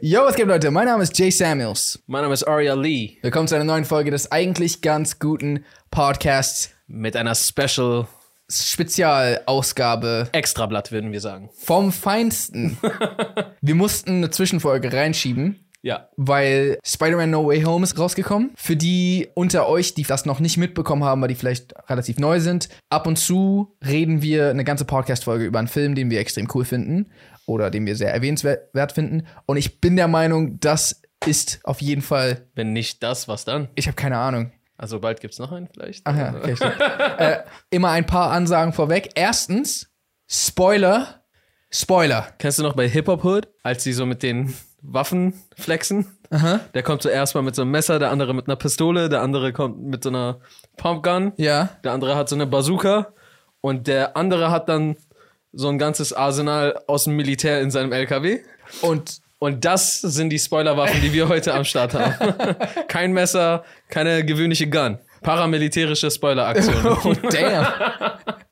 Yo, was geht, Leute? Mein Name ist Jay Samuels. Mein Name ist Aria Lee Willkommen zu einer neuen Folge des eigentlich ganz guten Podcasts. mit einer Special Spezialausgabe Extrablatt, würden wir sagen. vom Feinsten. Wir mussten eine Zwischenfolge reinschieben, Ja. weil Spider-Man No Way Home ist rausgekommen. Für die unter euch, die das noch nicht mitbekommen haben, weil die vielleicht relativ neu sind, ab und zu reden wir eine ganze Podcast-Folge über einen Film, den wir extrem cool finden oder den wir sehr erwähnenswert finden. Und ich bin der Meinung, das ist auf jeden Fall, Wenn nicht das, was dann? ich habe keine Ahnung. Also bald gibt's noch einen vielleicht. Ach ja, okay, stimmt. äh, immer ein paar Ansagen vorweg. Erstens, Spoiler, Spoiler. Kennst du noch bei Hip Hop Hood, als die so mit den Waffen flexen? Der kommt zuerst mal mit so einem Messer, der andere mit einer Pistole, der andere kommt mit so einer Pumpgun, Ja. der andere hat so eine Bazooka und der andere hat dann so ein ganzes Arsenal aus dem Militär in seinem LKW. Und Und das sind die Spoilerwaffen, die wir heute am Start haben. Kein Messer, keine gewöhnliche Gun. Paramilitärische Spoileraktionen. oh, damn.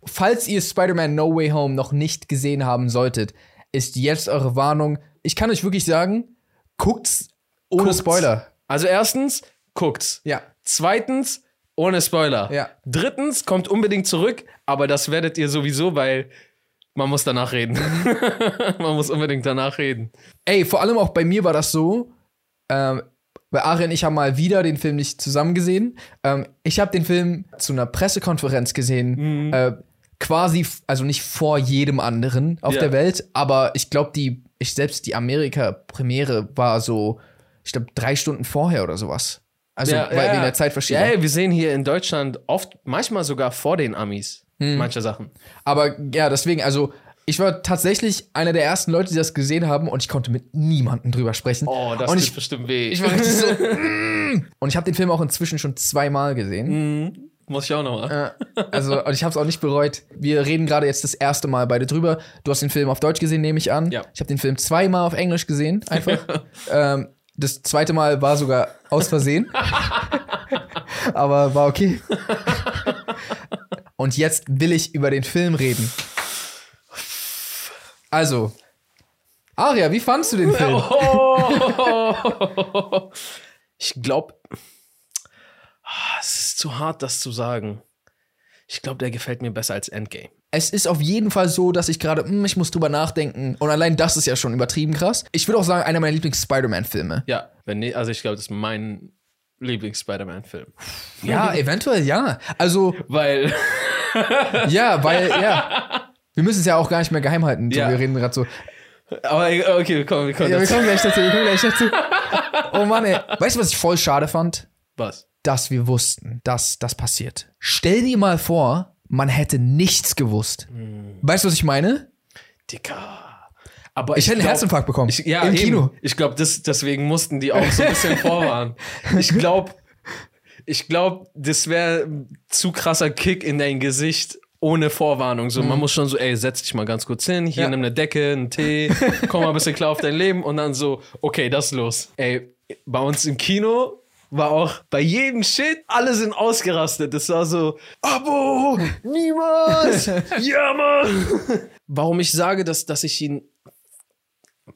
Falls ihr Spider-Man No Way Home noch nicht gesehen haben solltet, ist jetzt eure Warnung. Ich kann euch wirklich sagen, guckt's ohne Guckt's. Spoiler. Also erstens, guckt's. Ja. Zweitens, ohne Spoiler. Ja. Drittens, kommt unbedingt zurück, aber das werdet ihr sowieso, weil man muss danach reden. man muss unbedingt danach reden. Ey, vor allem auch bei mir war das so. Ähm, bei Ari und ich haben mal wieder den Film nicht zusammen gesehen. Ähm, ich habe den Film zu einer Pressekonferenz gesehen. Mhm. Äh, quasi, f- also nicht vor jedem anderen auf Ja. der Welt, aber ich glaube, die, ich selbst die Amerika-Premiere war so, ich glaube, drei Stunden vorher oder sowas. Also Ja, weil ja, wegen ja. der Zeitverschiebung. Ja, ey, wir sehen hier in Deutschland oft, manchmal sogar vor den Amis, Hm. manche Sachen. Aber ja, deswegen, also ich war tatsächlich einer der ersten Leute, die das gesehen haben und ich konnte mit niemandem drüber sprechen. Oh, das und tut ich bestimmt weh. Ich war richtig so. mm. und ich habe den Film auch inzwischen schon zweimal gesehen. muss ich auch nochmal. Äh, Also, und ich habe es auch nicht bereut. Wir reden gerade jetzt das erste Mal beide drüber. Du hast den Film auf Deutsch gesehen, nehme ich an. Ja. Ich habe den Film zweimal auf Englisch gesehen, einfach. ähm, das zweite Mal war sogar aus Versehen. Aber war okay. und jetzt will ich über den Film reden. Also, Aria, wie fandst du den Film? Oh. Ich glaube, es ist zu hart, das zu sagen. Ich glaube, der gefällt mir besser als Endgame. es ist auf jeden Fall so, dass ich gerade, hm, ich muss drüber nachdenken. Und allein das ist ja schon übertrieben krass. Ich würde auch sagen, einer meiner Lieblings-Spider-Man-Filme. Ja, wenn nicht, also ich glaube, das ist mein Lieblings-Spider-Man-Film. Ja, eventuell, ja. Also, Weil, ja, weil, ja. Wir müssen es ja auch gar nicht mehr geheim halten. So, Ja. Wir reden gerade so. aber egal, okay, wir kommen, wir kommen Ja, wir dazu. kommen gleich dazu, wir kommen gleich dazu. Oh Mann, ey. Weißt du, was ich voll schade fand? Was? Dass wir wussten, dass das passiert. Stell dir mal vor, man hätte nichts gewusst. Weißt du, was ich meine? Dicker. Aber Ich hätte einen glaub- Herzinfarkt bekommen. Ich, ja, Im eben. Kino. Ich glaube, deswegen mussten die auch so ein bisschen vorwarnen. Ich glaube, ich glaub, das wäre zu krasser Kick in dein Gesicht ohne Vorwarnung. So, man muss schon so, ey, setz dich mal ganz kurz hin, hier Mhm. Ja. nimm eine Decke, einen Tee, komm mal ein bisschen klar auf dein Leben und dann so, okay, das ist los. Ey, bei uns im Kino war auch bei jedem Shit, alle sind ausgerastet. Das war so, Abo, niemals, ja, Mann. Warum ich sage, dass, dass ich ihn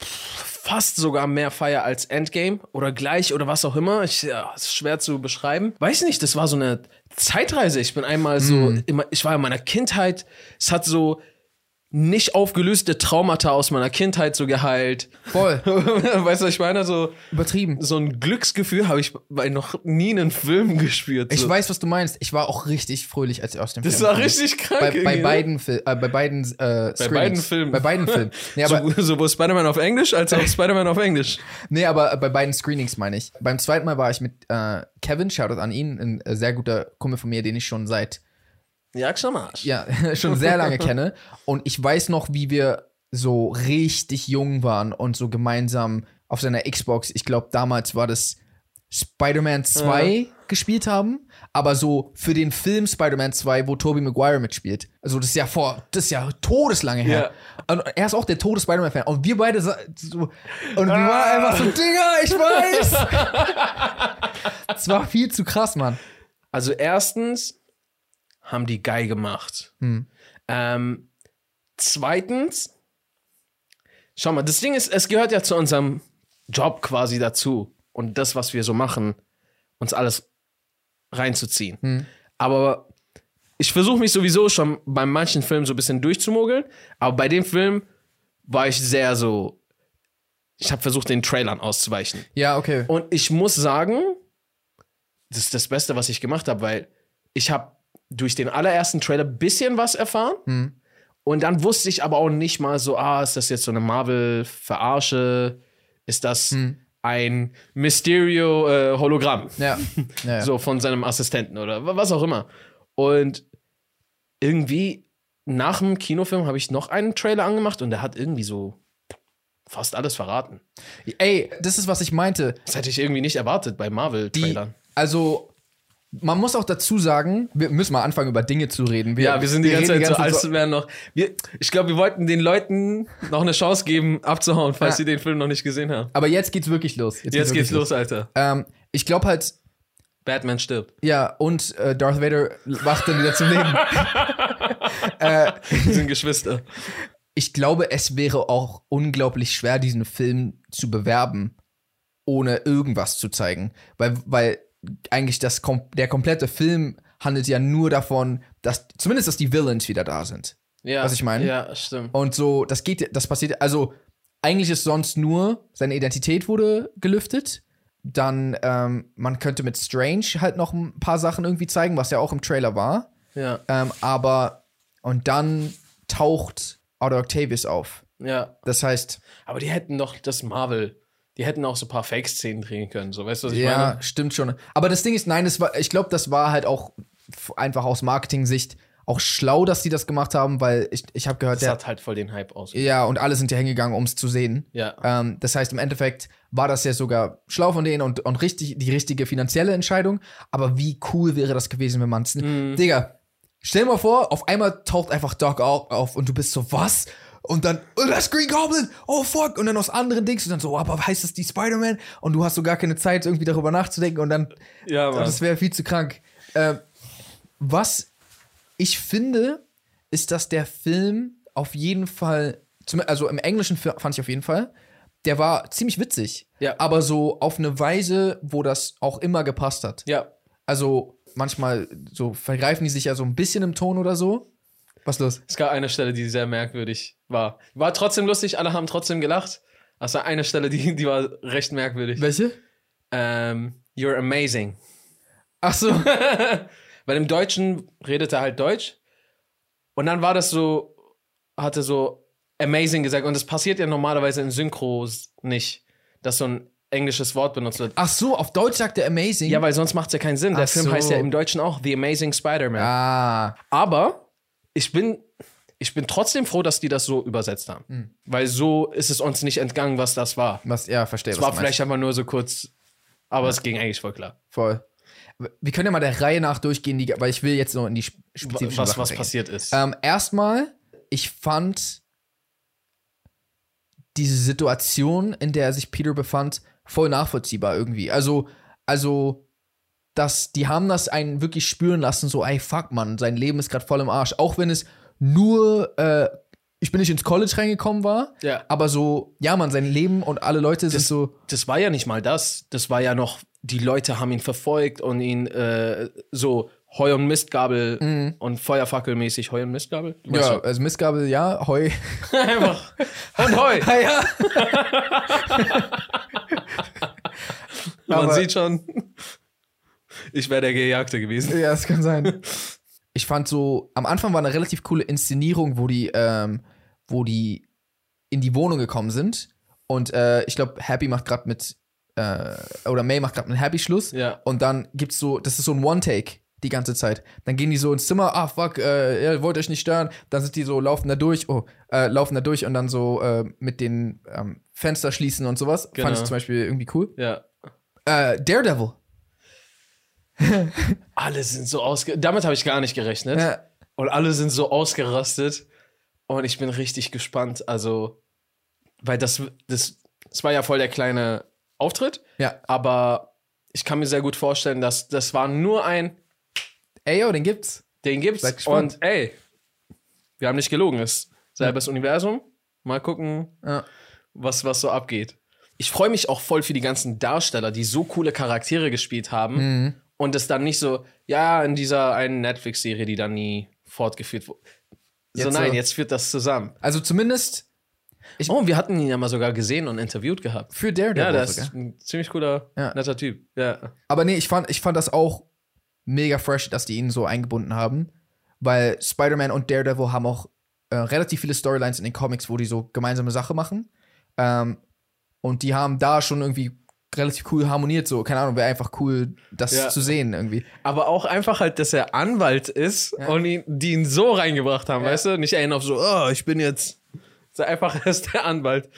fast sogar mehr feier als Endgame oder gleich oder was auch immer. Ich, ja, ist schwer zu beschreiben. Weiß nicht, das war so eine Zeitreise. Ich bin einmal so, immer, ich war in meiner Kindheit, es hat so nicht aufgelöste Traumata aus meiner Kindheit so geheilt. Voll. weißt du, was ich meine, so, Übertrieben. so ein Glücksgefühl habe ich bei noch nie in einem Film gespürt. So. Ich weiß, was du meinst. Ich war auch richtig fröhlich, als ich aus dem das Film war kam. richtig krank. bei, irgendwie, bei ne? beiden Fil äh, bei beiden äh, Screenings. beiden Filmen. Bei beiden Filmen. Nee, aber, so, sowohl Spider-Man auf Englisch als auch Spider-Man auf Englisch. nee, aber äh, bei beiden Screenings meine ich. Beim zweiten Mal war ich mit äh, Kevin, Shoutout an ihn, ein äh, sehr guter Kumpel von mir, den ich schon seit Ja, schon Arsch. ja, schon sehr lange kenne und ich weiß noch, wie wir so richtig jung waren und so gemeinsam auf seiner Xbox, ich glaube damals war das Spider-Man 2 gespielt haben, aber so für den Film Spider-Man 2, wo Tobey Maguire mitspielt. Also das ist ja vor, das ist ja todeslange her. Und er ist auch der tote Spider-Man-Fan. Und wir beide sa- so, und wir waren einfach so, Digga, ich weiß. Es war viel zu krass, Mann. Also erstens haben die geil gemacht. Ähm, Zweitens, schau mal, das Ding ist, es gehört ja zu unserem Job quasi dazu und das, was wir so machen, uns alles reinzuziehen. Aber ich versuche mich sowieso schon bei manchen Filmen so ein bisschen durchzumogeln, aber bei dem Film war ich sehr so, ich habe versucht, den Trailern auszuweichen. Ja, okay. Und ich muss sagen, das ist das Beste, was ich gemacht habe, weil ich habe durch den allerersten Trailer ein bisschen was erfahren. Hm. Und dann wusste ich aber auch nicht mal so, ah, ist das jetzt so eine Marvel-Verarsche? Ist das Hm. ein Mysterio-Hologramm? Ja. ja, ja. So von seinem Assistenten oder wa- was auch immer. Und irgendwie nach dem Kinofilm habe ich noch einen Trailer angemacht und der hat irgendwie so fast alles verraten. Ey, das ist, was ich meinte. Das hätte ich irgendwie nicht erwartet bei Die, Marvel-Trailern. also, man muss auch dazu sagen, wir müssen mal anfangen, über Dinge zu reden. Ja, wir sind die ganze reden Zeit so, als wären noch. Wir, ich glaube, wir wollten den Leuten noch eine Chance geben, abzuhauen, falls Ja. sie den Film noch nicht gesehen haben. Aber jetzt geht's wirklich los. Jetzt wirklich geht's los, Alter. Ähm, ich glaube halt, Batman stirbt. ja, und äh, Darth Vader wacht dann wieder zum Leben. Wir sind Geschwister. ich glaube, es wäre auch unglaublich schwer, diesen Film zu bewerben, ohne irgendwas zu zeigen. Weil, weil eigentlich das, kom der komplette Film handelt ja nur davon, dass zumindest, dass die Villains wieder da sind. Ja, Was ich meine? Ja, stimmt. Und so, das geht, das passiert, also eigentlich ist sonst nur, seine Identität wurde gelüftet. Dann, ähm, man könnte mit Strange halt noch ein paar Sachen irgendwie zeigen, was ja auch im Trailer war. Ja, Ähm, aber, und dann taucht Otto Octavius auf. ja. Das heißt, Aber die hätten doch das Marvel. Die hätten auch so ein paar Fake-Szenen drehen können. So, weißt du, was ich ja, meine? stimmt schon. Aber das Ding ist, nein, das war, ich glaube, das war halt auch f- einfach aus Marketing-Sicht auch schlau, dass sie das gemacht haben, weil ich, ich habe gehört, Das der, hat halt voll den Hype aus. ja, und alle sind ja hingegangen, um es zu sehen. Ja. Ähm, das heißt, im Endeffekt war das ja sogar schlau von denen und, und richtig, die richtige finanzielle Entscheidung. Aber wie cool wäre das gewesen, wenn man es. Digga, stell mal vor, auf einmal taucht einfach Doc au- auf und du bist so, was? Und dann, oh, das Green Goblin, oh fuck. Und dann aus anderen Dings und dann so, aber heißt das die Spider-Man? Und du hast so gar keine Zeit, irgendwie darüber nachzudenken und dann Ja, aber das wäre viel zu krank. Ähm, was ich finde, ist, dass der Film auf jeden Fall, zum, also im Englischen f- fand ich auf jeden Fall, der war ziemlich witzig. Ja. Aber so auf eine Weise, wo das auch immer gepasst hat. Ja. Also manchmal so vergreifen die sich ja so ein bisschen im Ton oder so. Was los? Es gab eine Stelle, die sehr merkwürdig war. War trotzdem lustig, alle haben trotzdem gelacht. Also eine Stelle, die, die war recht merkwürdig. Welche? Ähm, you're amazing. Ach so. Weil im Deutschen redet er halt Deutsch. Und dann war das so, hatte so amazing gesagt. Und das passiert ja normalerweise in Synchros nicht, dass so ein englisches Wort benutzt wird. Ach so, auf Deutsch sagt er Amazing. Ja, weil sonst macht es ja keinen Sinn. Der Ach Film so. heißt ja im Deutschen auch The Amazing Spider-Man. ah, Aber ich bin, ich bin trotzdem froh, dass die das so übersetzt haben. Weil so ist es uns nicht entgangen, was das war. was, Hm. ja, verstehe. Es was war du meinst. vielleicht einfach nur so kurz, aber es ging eigentlich voll klar. Voll. Wir können ja mal der Reihe nach durchgehen, die, weil ich will jetzt noch in die sp- spezifischen Was, Sachen was reingehen. passiert ist. Ähm, erstmal, ich fand diese Situation, in der sich Peter befand, voll nachvollziehbar irgendwie. Also, also, dass die haben das einen wirklich spüren lassen, so, ey, fuck, Mann, sein Leben ist gerade voll im Arsch. Auch wenn es nur, äh, ich bin nicht ins College reingekommen war, Ja. aber so, ja, Mann, sein Leben und alle Leute sind so, das war ja nicht mal das. Das war ja noch, die Leute haben ihn verfolgt und ihn äh, so Heu- und Mistgabel und Feuerfackelmäßig Heu- und Mistgabel. Du weißt Mhm. ja, also Missgabe, ja, Heu. schon. einfach. Und Heu. Ah, ja. Man aber- sieht schon, ich wäre der Gejagte gewesen. Ja, das kann sein. Ich fand so, am Anfang war eine relativ coole Inszenierung, wo die, ähm, wo die in die Wohnung gekommen sind. Und äh, ich glaube, Happy macht gerade mit, äh, oder May macht gerade einen Happy-Schluss. Ja. Und dann gibt's so, das ist so ein One-Take die ganze Zeit. Dann gehen die so ins Zimmer, ah fuck, äh, ihr wollt euch nicht stören. Dann sind die so, laufen da durch, oh, äh, laufen da durch und dann so äh, mit den ähm, Fenster schließen und sowas. Genau. Fand ich zum Beispiel irgendwie cool. Ja. Äh, Daredevil. Alle sind so ausge... Damit habe ich gar nicht gerechnet. Ja. Und alle sind so ausgerastet. Und ich bin richtig gespannt. Also, weil das, das, das war ja voll der kleine Auftritt. Ja. Aber ich kann mir sehr gut vorstellen, dass das war nur ein, Ey, yo, den gibt's. den Seid gibt's. gespannt. Und ey, wir haben nicht gelogen. Es Selbes Universum. Mal gucken, Ja. was, was so abgeht. Ich freue mich auch voll für die ganzen Darsteller, die so coole Charaktere gespielt haben. Mhm. Und es dann nicht so, ja, in dieser einen Netflix-Serie, die dann nie fortgeführt wurde. So, Jetzt nein, so. jetzt führt das zusammen. Also zumindest Oh, wir hatten ihn ja mal sogar gesehen und interviewt gehabt. für Daredevil. Ja, das sogar. ist ein ziemlich cooler, Ja. netter Typ. Ja. Aber nee, ich fand, ich fand das auch mega fresh, dass die ihn so eingebunden haben. Weil Spider-Man und Daredevil haben auch äh, relativ viele Storylines in den Comics, wo die so gemeinsame Sache machen. Ähm, und die haben da schon irgendwie relativ cool harmoniert. So, keine Ahnung, wäre einfach cool, das Ja. zu sehen irgendwie. Aber auch einfach halt, dass er Anwalt ist und ihn, die ihn so reingebracht haben, Ja. weißt du? Nicht einen auf so, oh, ich bin jetzt. So einfach er ist der Anwalt.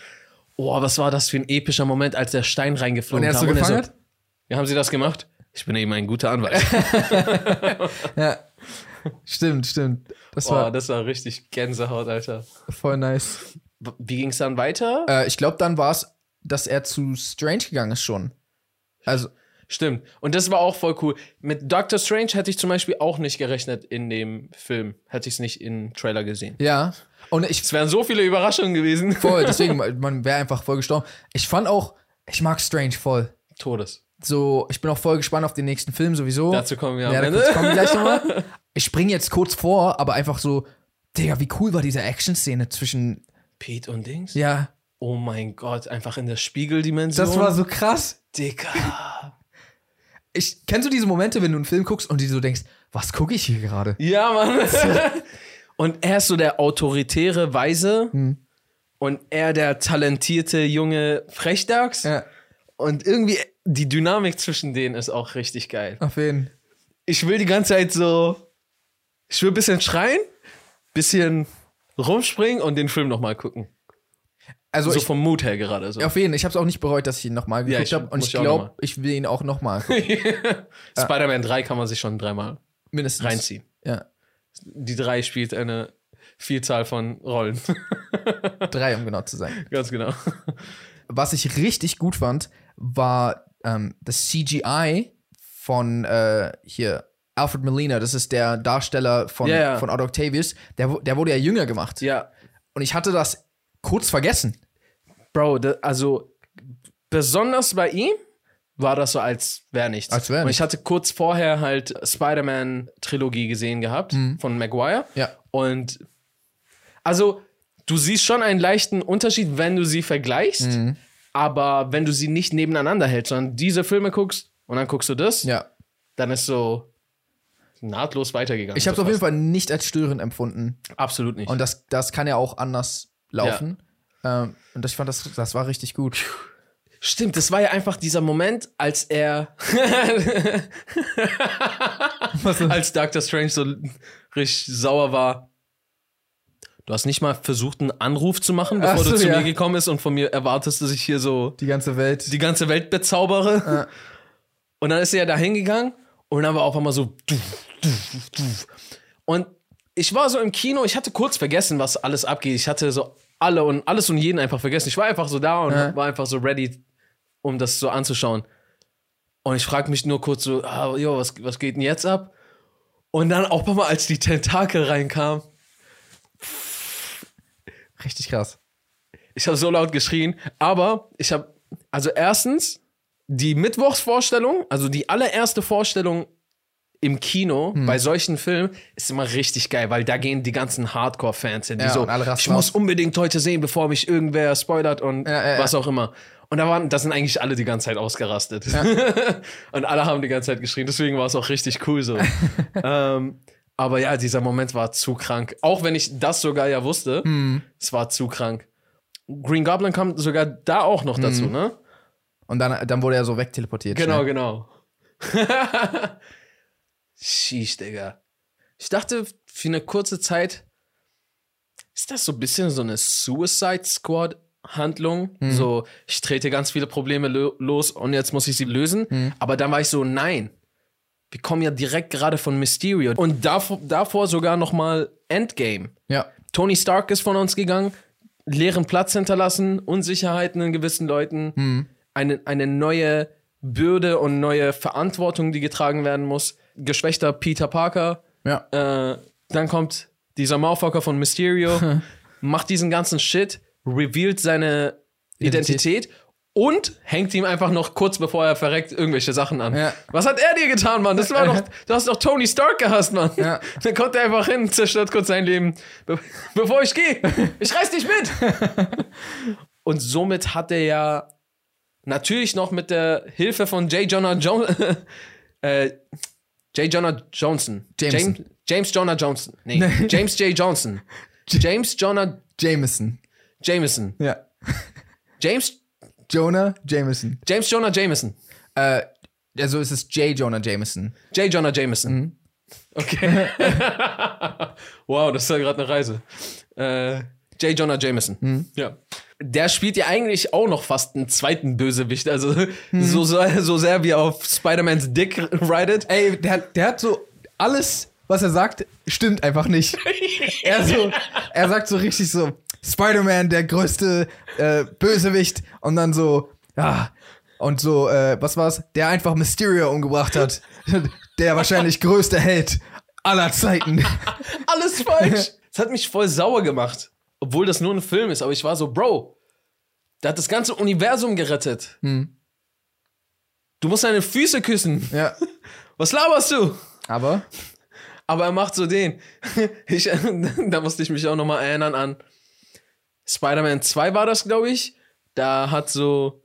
Oh, was war das für ein epischer Moment, als der Stein reingeflogen Und er ist kam so gefangen? ja, haben sie das gemacht? Ich bin eben ein guter Anwalt. Stimmt, stimmt. Das oh, war das war richtig Gänsehaut, Alter. voll nice. W- Wie ging es dann weiter? Äh, ich glaube, dann war es, dass er zu Strange gegangen ist schon. Also, Stimmt. Und das war auch voll cool. Mit Doctor Strange hätte ich zum Beispiel auch nicht gerechnet in dem Film. Hätte ich es nicht im Trailer gesehen. ja. Und ich Es wären so viele Überraschungen gewesen. voll, deswegen, man wäre einfach voll gestorben. Ich fand auch, ich mag Strange voll. Todes. So, ich bin auch voll gespannt auf den nächsten Film sowieso. Dazu kommen wir am ja, Ende. dazu kommen wir gleich nochmal. Ich springe jetzt kurz vor, aber einfach so, Digga, wie cool war diese Action-Szene zwischen, Pete und Dings? ja. Oh mein Gott, einfach in der Spiegeldimension. so krass. dicker. Ich, kennst du diese Momente, wenn du einen Film guckst und die so denkst, was gucke ich hier gerade? Ja, Mann. und er ist so der autoritäre Weise und er der talentierte junge Frechdachs. Ja, Und irgendwie die Dynamik zwischen denen ist auch richtig geil. auf jeden Ich will die ganze Zeit so. Ich will ein bisschen schreien, bisschen rumspringen und den Film nochmal gucken. Also, so ich, vom Mut her gerade. So. auf jeden Ich habe es auch nicht bereut, dass ich ihn nochmal Ja, geguckt ich- hab habe. Und muss ich ich auch glaube, noch ich will ihn auch nochmal Spider-Man 3 kann man sich schon dreimal mindestens reinziehen. Ja, Die 3 spielt eine Vielzahl von Rollen. drei, um genau zu sein. Ganz genau. Was ich richtig gut fand, war ähm, das CGI von äh, hier Alfred Molina. Das ist der Darsteller von, Ja, ja. von Otto Octavius. Der, wu- der wurde ja jünger gemacht. Ja, Und ich hatte das kurz vergessen. Bro, da, also besonders bei ihm war das so, als wäre nichts. Als wär Und ich hatte kurz vorher halt Spider-Man-Trilogie gesehen gehabt von Maguire. Mhm. Ja. Und also, du siehst schon einen leichten Unterschied, wenn du sie vergleichst, Mhm. aber wenn du sie nicht nebeneinander hältst, sondern diese Filme guckst und dann guckst du das, Ja. dann ist so nahtlos weitergegangen. Ich habe es So auf jeden fast. Fall nicht als störend empfunden. Absolut nicht. Und das, das kann ja auch anders laufen. Ähm, und ich fand, das, das war richtig gut. Stimmt, das war ja einfach dieser Moment, als er. als Dr. Strange so richtig sauer war. Du hast nicht mal versucht, einen Anruf zu machen, bevor Ach so, du zu ja. mir gekommen bist und von mir erwartest, dass ich hier so Die ganze Welt. die ganze Welt bezaubere. Und dann ist er ja da hingegangen und dann war auf einmal so. Und ich war so im Kino, ich hatte kurz vergessen, was alles abgeht. Ich hatte so alle und alles und jeden einfach vergessen. Ich war einfach so da und Ja. war einfach so ready, um das so anzuschauen. Und ich frage mich nur kurz so, ah, jo, was, was geht denn jetzt ab? Und dann auch mal, als die Tentakel reinkamen, richtig krass. Ich habe so laut geschrien, aber ich habe, also erstens, die Mittwochsvorstellung, also die allererste Vorstellung im Kino Hm. bei solchen Filmen ist immer richtig geil, weil da gehen die ganzen Hardcore-Fans hin, die Ja, so, und alle ich rasten muss aus." unbedingt heute sehen, bevor mich irgendwer spoilert und Ja, ja, was auch immer. Und da waren, das sind eigentlich alle die ganze Zeit ausgerastet. und alle haben die ganze Zeit geschrien, deswegen war es auch richtig cool so. ähm, aber ja, dieser Moment war zu krank. Auch wenn ich das sogar ja wusste, Hm. es war zu krank. Green Goblin kam sogar da auch noch dazu, ne? Und dann, dann wurde er so wegteleportiert. Genau, schnell. genau. Sheesh, Digga. Ich dachte für eine kurze Zeit, ist das so ein bisschen so eine Suicide Squad Handlung? So, ich trete ganz viele Probleme lo los und jetzt muss ich sie lösen. Aber dann war ich so, nein. Wir kommen ja direkt gerade von Mysterio und davor, davor sogar nochmal Endgame. Ja. Tony Stark ist von uns gegangen, leeren Platz hinterlassen, Unsicherheiten in gewissen Leuten, eine, eine neue Bürde und neue Verantwortung, die getragen werden muss. Geschwächter Peter Parker. Ja. Äh, dann kommt dieser Motherfucker von Mysterio, macht diesen ganzen Shit, revealt seine Identität. und hängt ihm einfach noch kurz bevor er verreckt irgendwelche Sachen an. Ja. Was hat er dir getan, Mann? Das war doch, du hast doch Tony Stark gehasst, Mann. Ja. Dann kommt er einfach hin, zerstört kurz sein Leben, be bevor ich gehe. Ich reiß dich mit. Und somit hat er ja natürlich noch mit der Hilfe von J. Jonah Jones, äh, J. Jonah Johnson. Jameson. James, James Jonah Johnson. Nee, James J. Johnson. James Jonah Jameson. Jameson. Ja. James, Jonah Jameson. James Jonah Jameson. Äh, also es ist J. Jonah Jameson. J. Jonah Jameson. Okay. wow, das ist ja gerade eine Reise. Äh, J. Jonah Jameson. Ja. Der spielt ja eigentlich auch noch fast einen zweiten Bösewicht. Also so, so, so sehr wie er auf Spider-Mans Dick ridet. Ey, der, hat- der hat so alles, was er sagt, stimmt einfach nicht. er, so, er sagt so richtig so, Spider-Man, der größte äh, Bösewicht. Und dann so, ah, und so, äh, was war's? Der einfach Mysterio umgebracht hat. der wahrscheinlich größte Held aller Zeiten. Alles falsch. Das hat mich voll sauer gemacht. Obwohl das nur ein Film ist, aber ich war so, Bro, der hat das ganze Universum gerettet. Du musst deine Füße küssen. ja. Was laberst du? Aber Aber er macht so den. Ich, da musste ich mich auch nochmal erinnern an Spider-Man 2 war das, glaube ich. Da hat so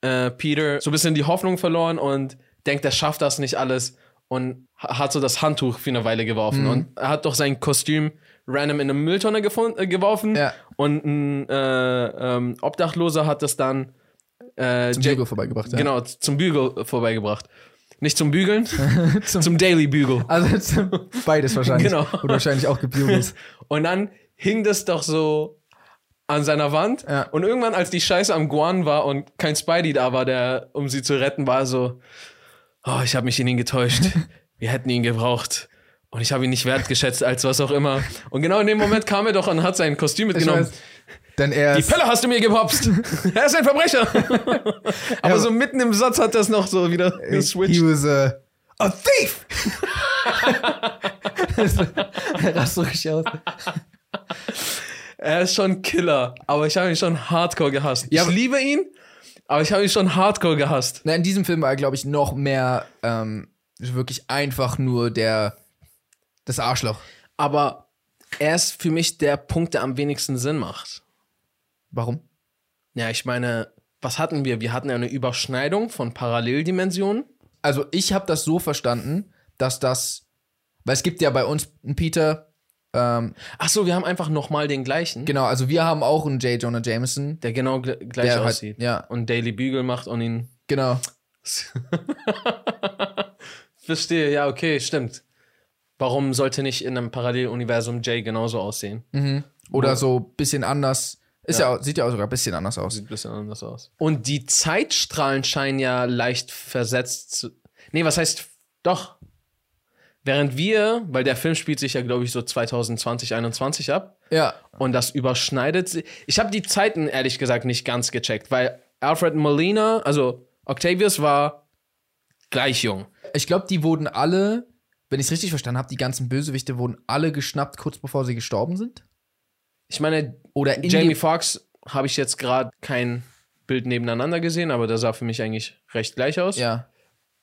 äh, Peter so ein bisschen die Hoffnung verloren und denkt, er schafft das nicht alles und ha- hat so das Handtuch für eine Weile Mhm. geworfen. Und er hat doch sein Kostüm random in eine Mülltonne gefun- äh, geworfen. Ja. Und ein äh, ähm, Obdachloser hat das dann äh, zum Jack- Hugo vorbeigebracht. Ja. genau, zum Bügel vorbeigebracht. Nicht zum Bügeln, zum, Daily Bügel. Also beides wahrscheinlich. Genau. Und wahrscheinlich auch gebügelt. Und dann hing das doch so an seiner Wand. Ja. Und irgendwann, als die Scheiße am Guan war und kein Spidey da war, der, um sie zu retten, war so, oh, ich habe mich in ihn getäuscht. Wir hätten ihn gebraucht. Und ich habe ihn nicht wertgeschätzt als was auch immer. Und genau in dem Moment kam er doch und hat sein Kostüm Ich mitgenommen. weiß, Denn er Genau. Die ist, Pelle hast du mir gepopst. er ist ein Verbrecher. Aber Ja. Äh, so mitten im Satz hat er es noch so wieder geswitcht. he was a, a thief! er rast so richtig aus. Er ist schon ein Killer, aber ich habe ihn schon hardcore gehasst. Ja, ich aber- liebe ihn, aber ich habe ihn schon hardcore gehasst. Na, in diesem Film war er, glaube ich, noch mehr ähm, wirklich einfach nur der das Arschloch. Aber er ist für mich der Punkt, der am wenigsten Sinn macht. Warum? Ja, ich meine, was hatten wir? Wir hatten ja eine Überschneidung von Paralleldimensionen. Also ich habe das so verstanden, dass das, weil es gibt ja bei uns einen Peter, ähm, Ach so, wir haben einfach nochmal den gleichen, genau, also wir haben auch einen J. Jonah Jameson. der genau gl gleich Der halt- aussieht. ja. Und Daily Bugle macht und ihn. Genau. Verstehe, ja, okay, stimmt. Warum sollte nicht in einem Paralleluniversum Jay genauso aussehen? Oder so ein bisschen anders. Ist ja. auch- sieht ja auch sogar ein bisschen anders aus. Sieht ein bisschen anders aus. Und die Zeitstrahlen scheinen ja leicht versetzt zu. Nee, was heißt doch. Während wir, weil der Film spielt sich ja, glaube ich, so 2020, 2021 ab Ja, und das überschneidet sich. Ich habe die Zeiten ehrlich gesagt nicht ganz gecheckt, weil Alfred Molina, also Octavius war gleich jung. Ich glaube, die wurden alle, wenn ich es richtig verstanden habe, die ganzen Bösewichte wurden alle geschnappt, kurz bevor sie gestorben sind. Ich meine, Oder in Jamie dem- Foxx habe ich jetzt gerade kein Bild nebeneinander gesehen, aber der sah für mich eigentlich recht gleich aus. Ja.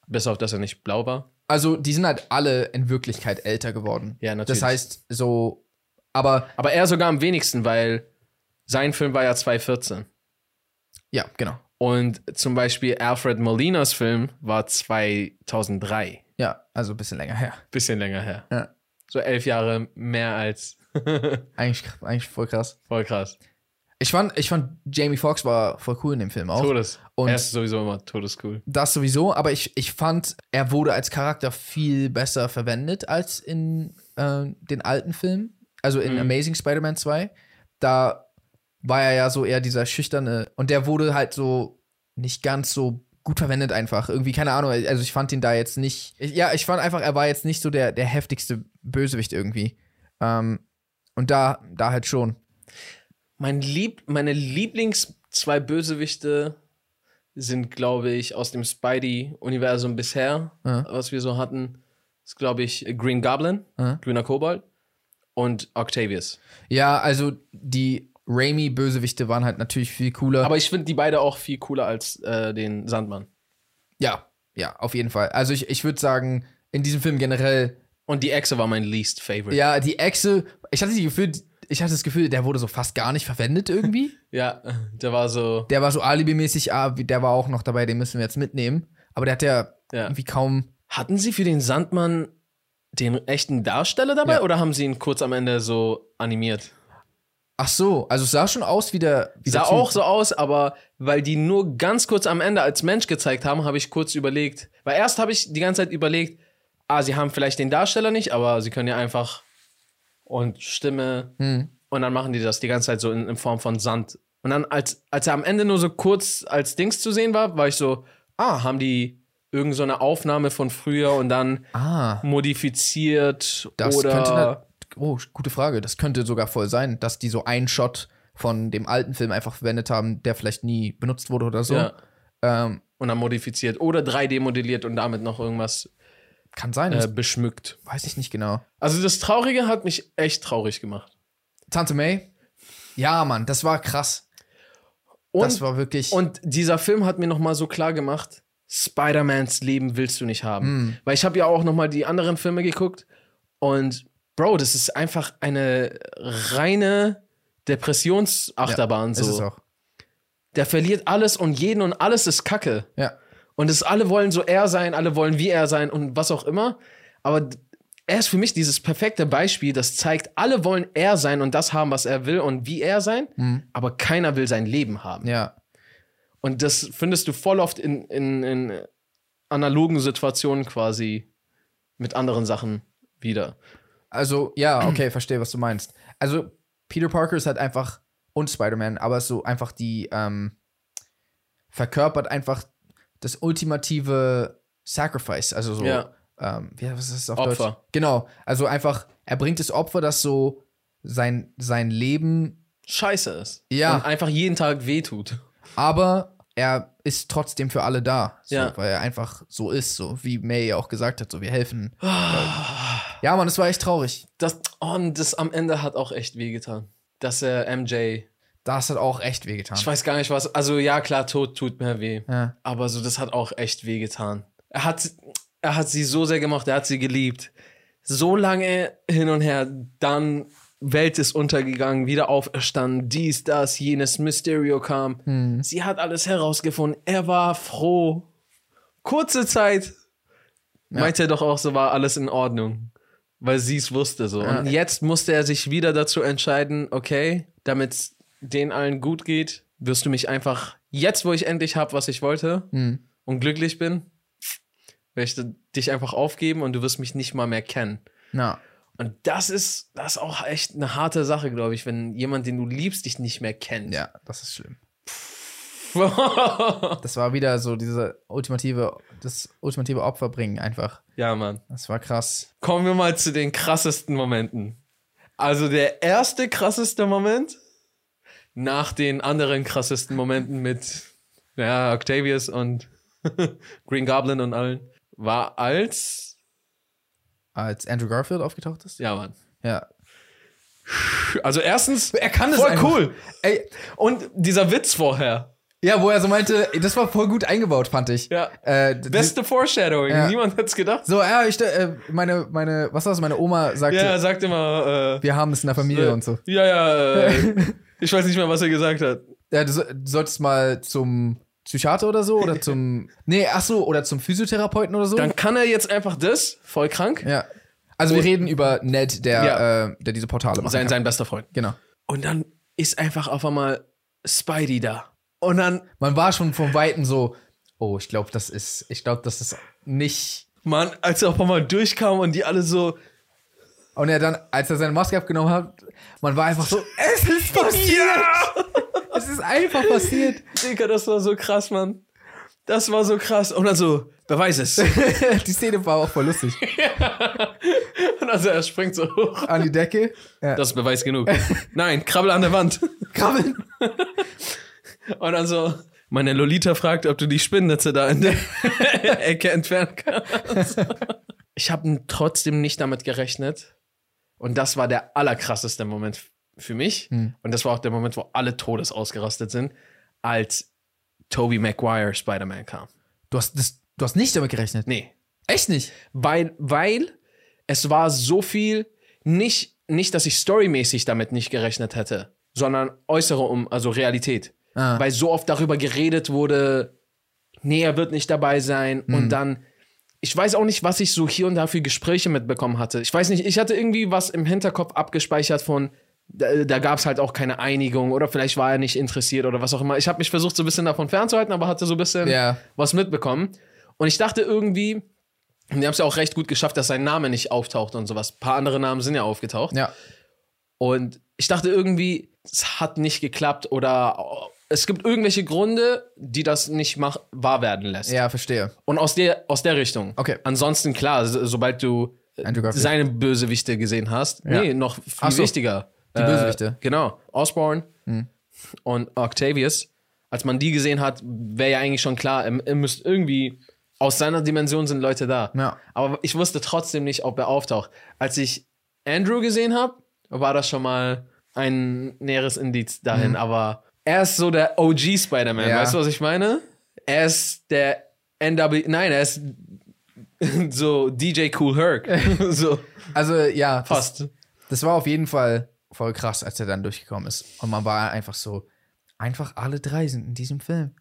Bis auf, dass er nicht blau war. Also, die sind halt alle in Wirklichkeit älter geworden. Ja, natürlich. Das heißt, so, aber Aber er sogar am wenigsten, weil sein Film war ja 2014. ja, genau. Und zum Beispiel Alfred Molinas Film war 2003. Ja, also ein bisschen länger her. Bisschen länger her. Ja. So elf Jahre mehr als. Eigentlich, eigentlich voll krass. Voll krass. Ich fand, ich fand Jamie Foxx war voll cool in dem Film auch. Todes. Und- er ist sowieso immer todescool. Das sowieso, aber ich, ich fand, er wurde als Charakter viel besser verwendet als in äh, den alten Filmen. Also in Amazing Spider-Man 2. Da war er ja so eher dieser schüchterne. Und der wurde halt so nicht ganz so gut verwendet einfach. Irgendwie, keine Ahnung. Also ich fand ihn da jetzt nicht. Ich, ja, ich fand einfach, er war jetzt nicht so der, der heftigste Bösewicht irgendwie. Ähm, und da, da halt schon. Mein Lieb meine Lieblings zwei Bösewichte sind, glaube ich, aus dem Spidey-Universum bisher, Ja. was wir so hatten. Ist, glaube ich, Green Goblin, Ja. grüner Kobold und Octavius. Ja, also die Raimi-Bösewichte waren halt natürlich viel cooler. Aber ich finde die beide auch viel cooler als äh, den Sandmann. ja, ja, auf jeden Fall. Also ich, ich würde sagen, in diesem Film generell, Und die Echse war mein least favorite. ja, die Echse, ich hatte, die Gefühl, ich hatte das Gefühl, der wurde so fast gar nicht verwendet irgendwie. Ja, der war so. der war so alibimäßig, ah, wie- der war auch noch dabei, den müssen wir jetzt mitnehmen. Aber der hat ja, Ja. irgendwie kaum. Hatten Sie für den Sandmann den echten Darsteller dabei Ja. oder haben Sie ihn kurz am Ende so animiert? Ach so, also es sah schon aus wie der. Wie Sah der Typ. auch so aus, aber weil die nur ganz kurz am Ende als Mensch gezeigt haben, habe ich kurz überlegt. Weil erst habe ich die ganze Zeit überlegt, ah, sie haben vielleicht den Darsteller nicht, aber sie können ja einfach und Stimme Hm. und dann machen die das die ganze Zeit so in, in Form von Sand. Und dann, als, als er am Ende nur so kurz als Dings zu sehen war, war ich so, ah, haben die irgend so eine Aufnahme von früher und dann Ah, modifiziert das oder könnte. Na, oh, gute Frage. Das könnte sogar voll sein, dass die so einen Shot von dem alten Film einfach verwendet haben, der vielleicht nie benutzt wurde oder so. Ja. Ähm, und dann modifiziert oder 3D modelliert und damit noch irgendwas kann sein, äh, das beschmückt. weiß ich nicht genau. Also das Traurige hat mich echt traurig gemacht. Tante May? Ja, Mann, das war krass. Und, das war wirklich. und dieser Film hat mir noch mal so klar gemacht, Spider-Mans Leben willst du nicht haben, Hm. weil ich habe ja auch noch mal die anderen Filme geguckt und Bro, das ist einfach eine reine Depressionsachterbahn ist es so. auch. Der verliert alles und jeden und alles ist Kacke. Ja. Und es alle wollen so er sein, alle wollen wie er sein und was auch immer. Aber d- er ist für mich dieses perfekte Beispiel, das zeigt, alle wollen er sein und das haben, was er will und wie er sein, aber keiner will sein Leben haben. Mhm. Ja. Und das findest du voll oft in, in, in analogen Situationen quasi mit anderen Sachen wieder. Also, ja, okay, verstehe, was du meinst. Also, Peter Parker ist halt einfach und Spider-Man, aber ist so einfach die, ähm, verkörpert einfach das ultimative Sacrifice. Also so, Ja. ähm, wie, was ist das auf Opfer. Deutsch? Genau. Also einfach, er bringt das Opfer, das so sein, sein Leben, Scheiße ist. Ja. Und einfach jeden Tag wehtut. aber er ist trotzdem für alle da. So, Ja. Weil er einfach so ist, so wie May ja auch gesagt hat, so wir helfen. Ah. ja, Mann, das war echt traurig. Das, oh, und das am Ende hat auch echt wehgetan. Dass er MJ Das hat auch echt wehgetan. Ich weiß gar nicht was. Also ja, klar, Tod tut mir weh. Ja. Aber so, das hat auch echt wehgetan. Er hat, er hat sie so sehr gemacht, er hat sie geliebt. So lange hin und her, dann Welt ist untergegangen, wieder auferstanden, dies, das, jenes, Mysterio kam. Sie hat alles herausgefunden. Er war froh. Kurze Zeit meinte er doch auch, so war alles in Ordnung. Weil sie es wusste so. Und jetzt musste er sich wieder dazu entscheiden, okay, damit es den allen gut geht, wirst du mich einfach, jetzt wo ich endlich habe, was ich wollte und glücklich bin, werde ich dich einfach aufgeben und du wirst mich nicht mal mehr kennen. Na. Und das ist, das ist auch echt eine harte Sache, glaube ich, wenn jemand, den du liebst, dich nicht mehr kennt. Ja, das ist schlimm. Ja, Das war wieder so diese ultimative, das ultimative Opfer bringen einfach. Mann. Das war krass. Kommen wir mal zu den krassesten Momenten. Also der erste krasseste Moment nach den anderen krassesten Momenten mit ja, Octavius und Green Goblin und allen war als Als Andrew Garfield aufgetaucht ist? ja Mann. Ja. Also erstens, er kann das voll einfach. cool. Ey, Und dieser Witz vorher, ja, wo er so meinte, das war voll gut eingebaut, fand ich. Ja. Äh, d- beste Foreshadowing. Ja. Niemand hat's gedacht. so, ja, ich, äh, meine, meine, was war das? Meine Oma sagte, Ja, er sagt immer äh, wir haben es in der Familie äh, und so. Ja, ja. Äh, ich weiß nicht mehr, was er gesagt hat. Ja, du, so- du solltest mal zum Psychiater oder so oder zum, nee, ach so, oder zum Physiotherapeuten oder so. Dann kann er jetzt einfach das, voll krank, ja. Also wir reden über Ned, der, Ja. äh, der diese Portale macht. sein sein bester Freund. Genau. Und dann ist einfach auf einmal Spidey da. Und dann, Man war schon vom Weiten so, oh, ich glaube, das ist, ich glaube, das ist nicht. Mann, als er auf einmal durchkam und die alle so, Und er dann, als er seine Maske abgenommen hat, man war einfach so, es ist passiert! Es ist einfach passiert! Digga, das war so krass, Mann. Das war so krass. Und dann so, wer weiß es. Die Szene war auch voll lustig. Und also er springt so hoch. An die Decke, ja. Das ist Beweis genug. Nein, krabbel an der Wand. krabbeln. Und dann so, meine Lolita fragt, ob du die Spinnennetze da in der Ecke entfernen kannst. Ich habe trotzdem nicht damit gerechnet, Und das war der allerkrasseste Moment f- für mich. Hm. Und das war auch der Moment, wo alle Todes ausgerastet sind, als Tobey Maguire Spider-Man kam. Du hast, das, du hast nicht damit gerechnet. Nee, Echt nicht? weil, weil es war so viel, nicht, nicht, dass ich storymäßig damit nicht gerechnet hätte, sondern äußere um, also Realität. Ah. Weil so oft darüber geredet wurde, nee, er wird nicht dabei sein Hm. und dann. Ich weiß auch nicht, was ich so hier und da für Gespräche mitbekommen hatte. Ich weiß nicht, ich hatte irgendwie was im Hinterkopf abgespeichert von, da, da gab es halt auch keine Einigung oder vielleicht war er nicht interessiert oder was auch immer. Ich habe mich versucht, so ein bisschen davon fernzuhalten, aber hatte so ein bisschen Ja. was mitbekommen. Und ich dachte irgendwie, und die haben es ja auch recht gut geschafft, dass sein Name nicht auftaucht und sowas. Ein paar andere Namen sind ja aufgetaucht. Ja. Und ich dachte irgendwie, es hat nicht geklappt oder oh, es gibt irgendwelche Gründe, die das nicht mach wahr werden lässt. Ja, verstehe. Und aus der, aus der Richtung. Okay. Ansonsten, klar, so, sobald du äh, Andrew Garfield. seine Bösewichte gesehen hast, Ja. nee, noch viel Ach so. wichtiger. Äh, Die Bösewichte. Mhm. Genau. Osborne und Octavius. Als man die gesehen hat, wäre ja eigentlich schon klar, ähm, er, er müsste irgendwie. Aus seiner Dimension sind Leute da. Ja. Aber ich wusste trotzdem nicht, ob er auftaucht. Als ich Andrew gesehen habe, war das schon mal ein näheres Indiz Mhm. dahin. Aber er ist so der OG Spider-Man. Ja. Äh, Weißt du, was ich meine? Er ist der NW. Nein, er ist so DJ Cool Herc. so Also, ja. das- fast. Das war auf jeden Fall voll krass, als er dann durchgekommen ist. Und man war einfach so, einfach alle drei sind in diesem Film.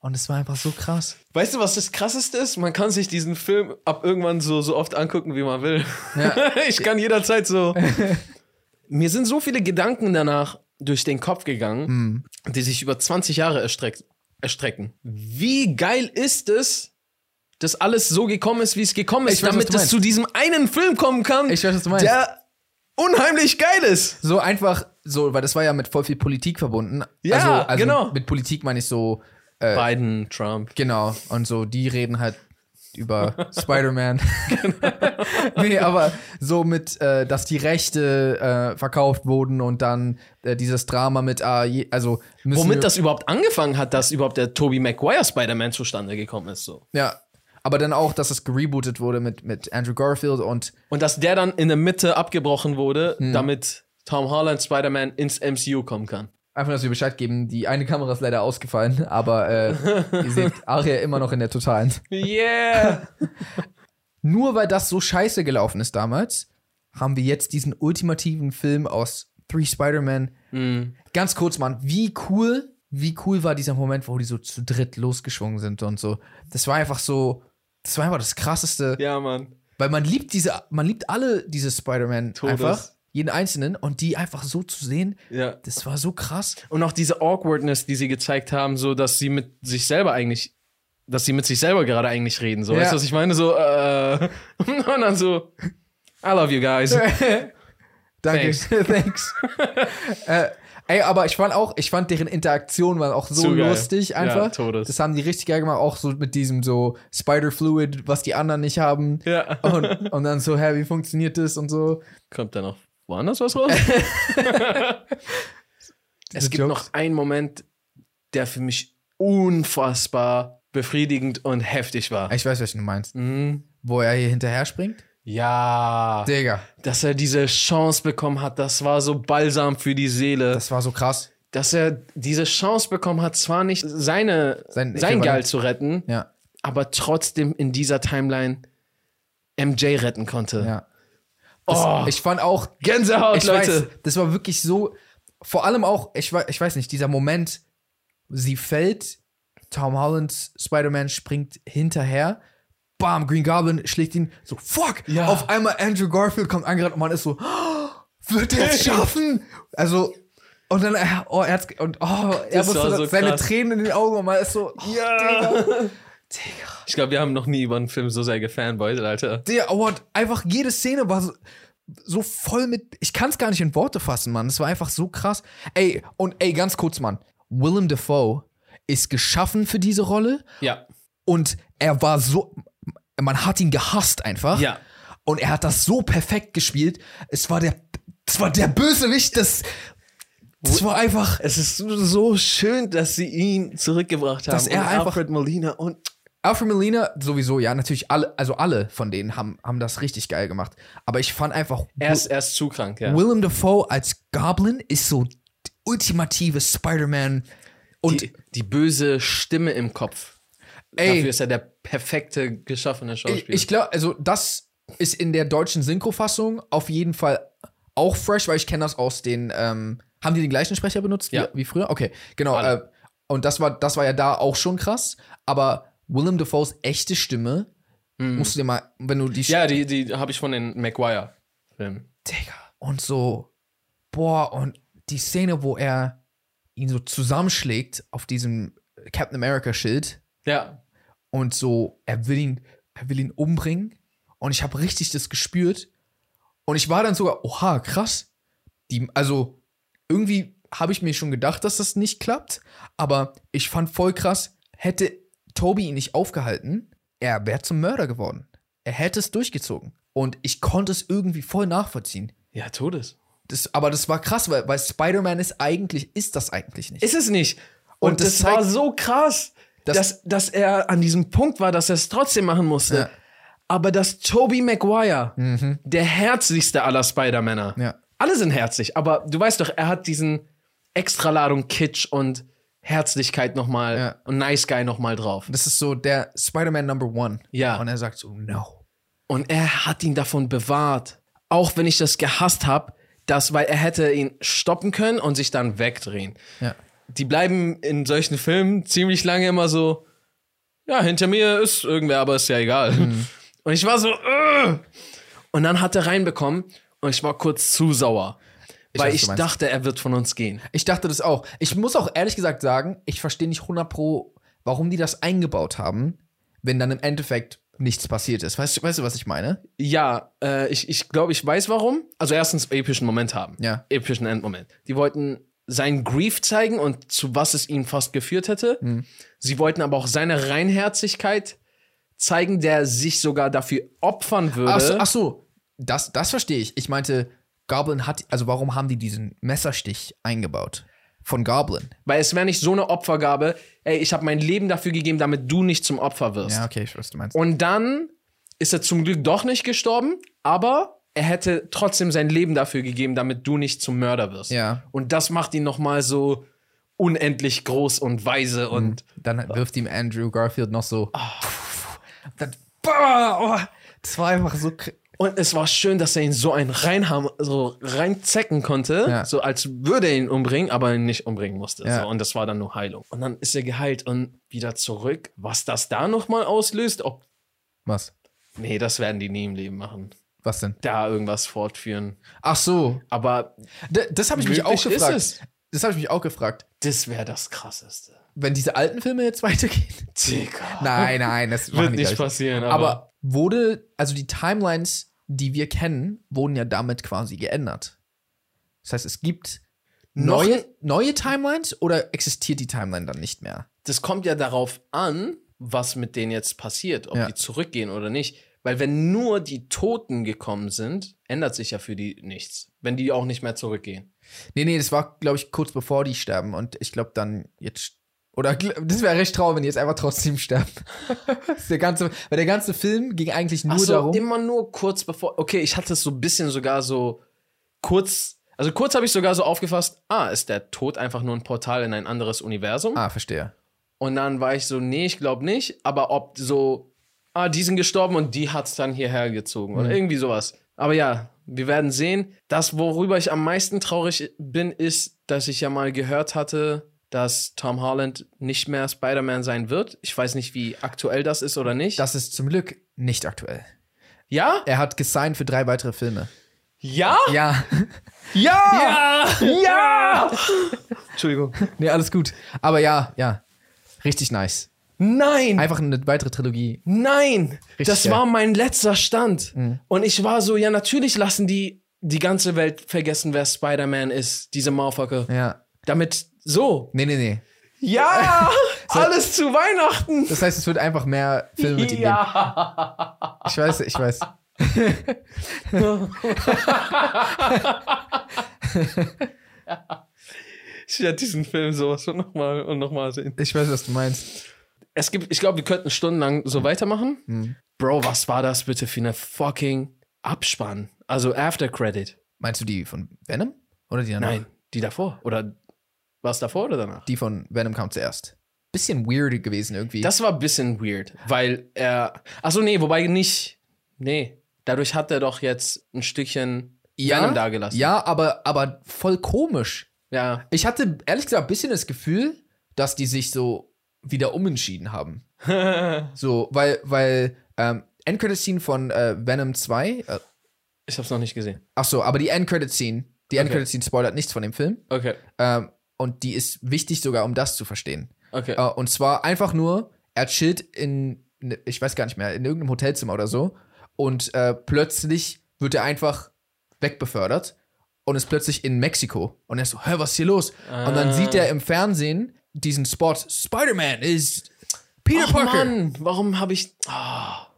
Und es war einfach so krass. Weißt du, was das krasseste ist? Man kann sich diesen Film ab irgendwann so, so oft angucken, wie man will. Ja. ich kann jederzeit so. Mir sind so viele Gedanken danach durch den Kopf gegangen, Mhm. die sich über 20 Jahre erstreckt, erstrecken. Wie geil ist es, dass alles so gekommen ist, wie es gekommen ist, Ich weiß, was damit du es meinst. zu diesem einen Film kommen kann, Ich weiß, was du meinst. der unheimlich geil ist. So einfach, so, weil das war ja mit voll viel Politik verbunden. Ja, also, also genau. Mit Politik meine ich so, Äh. Biden, Trump. genau. Und so, die reden halt über Spider-Man. Genau. nee, aber so mit, äh, dass die Rechte äh, verkauft wurden und dann äh, dieses Drama mit, ah, je, also müssen wir- Womit das überhaupt angefangen hat, dass überhaupt der Tobey Maguire Spider-Man zustande gekommen ist. So. Ja. Aber dann auch, dass es gerebootet wurde mit, mit Andrew Garfield und Und dass der dann in der Mitte abgebrochen wurde, damit Tom Holland Spider-Man ins MCU kommen kann. einfach, dass wir Bescheid geben, die eine Kamera ist leider ausgefallen, aber äh, ihr seht Aria immer noch in der totalen. Yeah! Nur weil das so scheiße gelaufen ist damals, haben wir jetzt diesen ultimativen Film aus Three Spider-Man. Ganz kurz, Mann, wie cool, wie cool war dieser Moment, wo die so zu dritt losgeschwungen sind und so. Das war einfach so, das war einfach das krasseste. ja, Mann. Weil man liebt diese, man liebt alle diese Spider-Man Todes. einfach, jeden einzelnen und die einfach so zu sehen, Ja. das war so krass. Und auch diese Awkwardness, die sie gezeigt haben, so dass sie mit sich selber eigentlich, dass sie mit sich selber gerade eigentlich reden. So, Ja. weißt du, was ich meine? So, äh, und dann so, I love you guys. Danke. Thanks. Thanks. äh, ey, aber ich fand auch, ich fand deren Interaktion war auch so Zu geil. lustig einfach. Ja, Todes. Das haben die richtig geil gemacht, auch so mit diesem so Spider-Fluid, was die anderen nicht haben. ja. Und, und dann so, hä, wie funktioniert das und so. Kommt da noch woanders was raus? es Diese gibt Jokes. noch einen Moment, der für mich unfassbar befriedigend und heftig war. Ich weiß, welchen du meinst. Mhm. Wo er hier hinterher springt. Ja, Digga, dass er diese Chance bekommen hat, das war so balsam für die Seele. das war so krass. dass er diese Chance bekommen hat, zwar nicht seine, Sein sein, Äquivalent. Geld zu retten, Ja, aber trotzdem in dieser Timeline MJ retten konnte. ja. Das, Oh, Ich fand auch, Gänsehaut, ich Leute. weiß, das war wirklich so, vor allem auch, ich, wei- ich weiß nicht, dieser Moment, sie fällt, Tom Hollands Spider-Man springt hinterher, bam, Green Goblin schlägt ihn, so, fuck, Ja. auf einmal Andrew Garfield kommt angerannt und man ist so, oh, wird er es schaffen? Also, und dann, äh, oh, er hat's, ge- und oh, er Das war musste so seine krass. Tränen in den Augen und man ist so, oh, Ja. Digga, Ich glaube, wir haben noch nie über einen Film so sehr gefanboyt, Alter. Digga, oh, und einfach jede Szene war so, so voll mit. Ich kann es gar nicht in Worte fassen, Mann. Es war einfach so krass. Ey, und ey, ganz kurz, Mann. Willem Dafoe ist geschaffen für diese Rolle Ja. und er war so. Man hat ihn gehasst einfach. Ja. Und er hat das so perfekt gespielt. Es war der. Es war der Bösewicht, das. Das war einfach. Es ist so schön, dass sie ihn zurückgebracht haben. Dass er und einfach- Alfred Molina und Alfred Molina sowieso, ja, natürlich alle, also alle von denen haben, haben das richtig geil gemacht. Aber ich fand einfach Er ist, er ist zu krank, ja. Willem Dafoe als Goblin ist so die ultimative Spider-Man. Und die, die böse Stimme im Kopf. Ey. Dafür ist er der perfekte, geschaffene ich, Schauspieler. ich glaube, also das ist in der deutschen Synchrofassung auf jeden Fall auch fresh, weil ich kenne das aus den, ähm, haben die den gleichen Sprecher benutzt wie- Ja. wie früher? Okay, genau. Äh, Alle. und das war, das war ja da auch schon krass, aber Willem Dafoes echte Stimme, musst du dir mal, wenn du die Mhm. ja, die, die habe ich von den Maguire-Filmen. Digga. Und so, boah, und die Szene, wo er ihn so zusammenschlägt auf diesem Captain America-Schild Ja. und so, er will ihn, er will ihn umbringen. Und ich habe richtig das gespürt. Und ich war dann sogar, oha, krass. Die, also, irgendwie habe ich mir schon gedacht, dass das nicht klappt. Aber ich fand voll krass, hätte Toby ihn nicht aufgehalten, er wäre zum Mörder geworden. Er hätte es durchgezogen. Und ich konnte es irgendwie voll nachvollziehen. Ja, Todes. Das, aber das war krass, weil, weil Spider-Man ist eigentlich, ist das eigentlich nicht. Ist es nicht. Und Und, das das, zeigt- war so krass, Das- dass, dass er an diesem Punkt war, dass er es trotzdem machen musste. Ja. Mhm. Aber dass Tobey Maguire, der herzlichste aller Spider-Männer, Ja. alle sind herzlich, aber du weißt doch, er hat diesen Extraladung Kitsch und Herzlichkeit nochmal Ja. und Nice Guy nochmal drauf. Das ist so der Spider-Man Number One. Ja. Und er sagt so, no. Und er hat ihn davon bewahrt. Auch wenn ich das gehasst habe, dass, weil er hätte ihn stoppen können und sich dann wegdrehen. Ja. die bleiben in solchen Filmen ziemlich lange immer so, ja, hinter mir ist irgendwer, aber ist ja egal. Mhm. Und ich war so, "Ugh." und dann hat er reinbekommen und ich war kurz zu sauer, weiß, weil was ich du meinst. dachte, er wird von uns gehen. Ich dachte das auch. Ich muss auch ehrlich gesagt sagen, ich verstehe nicht 100 Pro, warum die das eingebaut haben, wenn dann im Endeffekt nichts passiert ist. Weißt, du- weißt du, was ich meine? Ja, äh, ich, ich glaube, ich weiß warum. Also erstens epischen Moment haben. Ja. Epischen Endmoment. Die wollten seinen Grief zeigen und zu was es ihn fast geführt hätte. Mhm. Sie wollten aber auch seine Reinherzigkeit zeigen, der sich sogar dafür opfern würde. Ach so, ach so das, das verstehe ich. Ich meinte, Goblin hat, also warum haben die diesen Messerstich eingebaut? Von Goblin. Weil es wäre nicht so eine Opfergabe, ey, ich habe mein Leben dafür gegeben, damit du nicht zum Opfer wirst. okay, ich weiß, was du meinst. Und dann ist er zum Glück doch nicht gestorben, aber er hätte trotzdem sein Leben dafür gegeben, damit du nicht zum Mörder wirst. Ja. Und das macht ihn nochmal so unendlich groß und weise Mhm. und Dann wirft ihm Andrew Garfield noch so. Ah. Dann, boah, oh, das war einfach so. kr- und es war schön, dass er ihn so ein reinham so reinzecken konnte, Ja. so als würde er ihn umbringen, aber ihn nicht umbringen musste. Ja. So, und das war dann nur Heilung. Und dann ist er geheilt und wieder zurück. Was das da nochmal auslöst, ob Was? Nee, das werden die nie im Leben machen. Was denn? Da irgendwas fortführen. Ach so. Aber D das habe ich mich auch Möglich ist gefragt. es. Das habe ich mich auch gefragt. das wäre das Krasseste. Wenn diese alten Filme jetzt weitergehen. Digga. Nein, nein, das machen Wird die, nicht glaub ich. passieren, aber, Aber wurde, also die Timelines, die wir kennen, wurden ja damit quasi geändert. Das heißt, es gibt Noch- neue, neue Timelines oder existiert die Timeline dann nicht mehr? das kommt ja darauf an, was mit denen jetzt passiert, ob Ja. die zurückgehen oder nicht. Weil wenn nur die Toten gekommen sind, ändert sich ja für die nichts. Wenn die auch nicht mehr zurückgehen. Nee, nee, das war, glaube ich, kurz bevor die sterben. Und ich glaube, dann jetzt. Oder gl- das wäre recht traurig, wenn die jetzt einfach trotzdem sterben. Das ist der ganze, weil der ganze Film ging eigentlich nur Ach so, darum. immer nur kurz bevor. Okay, ich hatte es so ein bisschen sogar so kurz. Also kurz habe ich sogar so aufgefasst, ah, ist der Tod einfach nur ein Portal in ein anderes Universum? Ah, verstehe. Und dann war ich so, nee, ich glaube nicht. Aber ob so, ah, die sind gestorben und die hat's dann hierher gezogen oder irgendwie sowas. Aber ja, wir werden sehen. Das, worüber ich am meisten traurig bin, ist, dass ich ja mal gehört hatte, dass Tom Holland nicht mehr Spider-Man sein wird. Ich weiß nicht, wie aktuell das ist oder nicht. Das ist zum Glück nicht aktuell. ja? Er hat gesigned für drei weitere Filme. Ja? Ja. Ja! Ja! Entschuldigung. Nee, alles gut. Aber ja, ja. Richtig nice. Nein! Einfach eine weitere Trilogie. Nein, das geil. war mein letzter Stand. Und ich war so, ja, natürlich lassen die die ganze Welt vergessen, wer Spider-Man ist, diese Motherfucker. Ja. Damit so. Nee, nee, nee. Ja, alles zu Weihnachten. Das heißt, es wird einfach mehr Filme mit ihm geben. Ja. Ich weiß, ich weiß. Ich werde diesen Film sowas nochmal und nochmal sehen. Ich weiß, was du meinst. es gibt, ich glaube, wir könnten stundenlang so weitermachen. Bro, was war das bitte für eine fucking Abspann? Also After Credit. Meinst du die von Venom? Oder die danach? Nein, die davor. Oder war es davor oder danach? Die von Venom kam zuerst. Bisschen weird gewesen irgendwie. Das war ein bisschen weird, weil er. Achso, nee, wobei nicht. Nee. Dadurch hat er doch jetzt ein Stückchen Venom dagelassen. Ja, aber, aber voll komisch. Ja. Ich hatte ehrlich gesagt ein bisschen das Gefühl, dass die sich so wieder umentschieden haben. so, weil, weil ähm, Endcredit-Scene von äh, Venom 2, äh, Ich hab's noch nicht gesehen. ach so, aber die Endcredit-Scene, die Endcredit-Scene spoilert nichts von dem Film. Okay. Ähm, und die ist wichtig sogar, um das zu verstehen. Okay. Äh, und zwar einfach nur, er chillt in, ne- ich weiß gar nicht mehr, in irgendeinem Hotelzimmer oder so. Und äh, plötzlich wird er einfach wegbefördert und ist plötzlich in Mexiko. Und er ist so, hä, was ist hier los? Und dann sieht Ah. er im Fernsehen diesen Spot, Spider-Man ist Peter Ach, Parker. Mann, warum habe ich. Ah.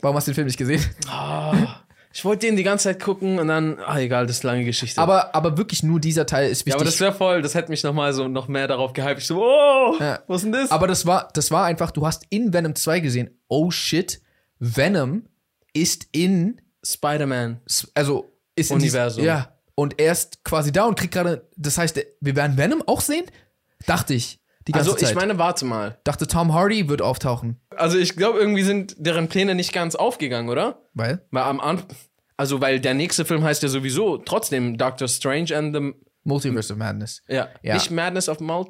Warum hast du den Film nicht gesehen? Ah. ich wollte den die ganze Zeit gucken und dann. Ah, egal, das ist lange Geschichte. Aber, aber wirklich nur dieser Teil ist wichtig. ja, aber das wäre voll, das hätte mich nochmal so noch mehr darauf gehypt. Ich so, oh, Ja. was ist denn das? Aber das war, das war einfach, du hast in Venom 2 gesehen, oh shit, Venom ist in, Spider-Man. also ist Universum. In dies- ja. Und er ist quasi da und kriegt gerade, das heißt, wir werden Venom auch sehen? Dachte ich. Die ganze Also, ich Zeit. meine, warte mal. Dachte, Tom Hardy wird auftauchen. Also, ich glaube, irgendwie sind deren Pläne nicht ganz aufgegangen, oder? Weil? Weil am Anfang. Also, weil der nächste Film heißt ja sowieso trotzdem Doctor Strange and the. Multiverse of Madness. Ja. Ja. Nicht Madness of Mul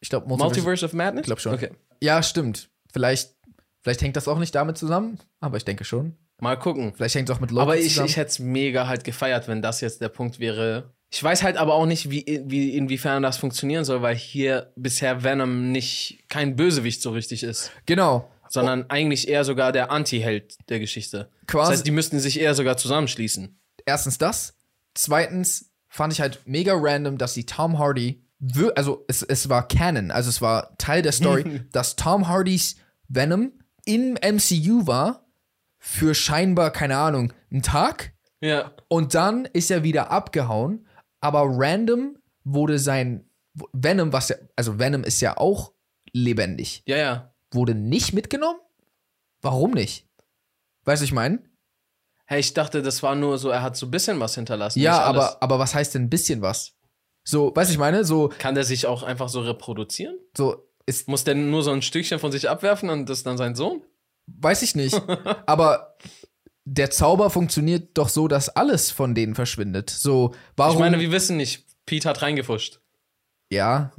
Ich glaube, Multiverse. Multiverse of Madness? Ich glaub schon. Okay. Ja, stimmt. Vielleicht, vielleicht hängt das auch nicht damit zusammen, aber ich denke schon. Mal gucken. Vielleicht hängt es auch mit Loki Aber ich, zusammen. ich hätte es mega halt gefeiert, wenn das jetzt der Punkt wäre. Ich weiß halt aber auch nicht, wie, wie inwiefern das funktionieren soll, weil hier bisher Venom nicht kein Bösewicht so richtig ist, genau. sondern eigentlich eher sogar der Anti-Held der Geschichte. Quasi- Das heißt, die müssten sich eher sogar zusammenschließen. erstens das. Zweitens fand ich halt mega random, dass die Tom Hardy, wir- also es, es war Canon, also es war Teil der Story, dass Tom Hardys Venom im MCU war für scheinbar, keine Ahnung, einen Tag Ja. und dann ist er wieder abgehauen, aber random wurde sein Venom, was ja, also Venom ist ja auch lebendig, Ja, ja. wurde nicht mitgenommen? Warum nicht? Weißt du, ich meine? Hey, ich dachte, das war nur so, er hat so ein bisschen was hinterlassen. Ja, nicht alles. aber, aber was heißt denn ein bisschen was? So, weißt du, ich meine, so, Kann der sich auch einfach so reproduzieren? so, ist, Muss der nur so ein Stückchen von sich abwerfen und das ist dann sein Sohn? weiß ich nicht. aber der Zauber funktioniert doch so, dass alles von denen verschwindet. So, warum? Ich meine, wir wissen nicht. Pete hat reingefuscht. ja.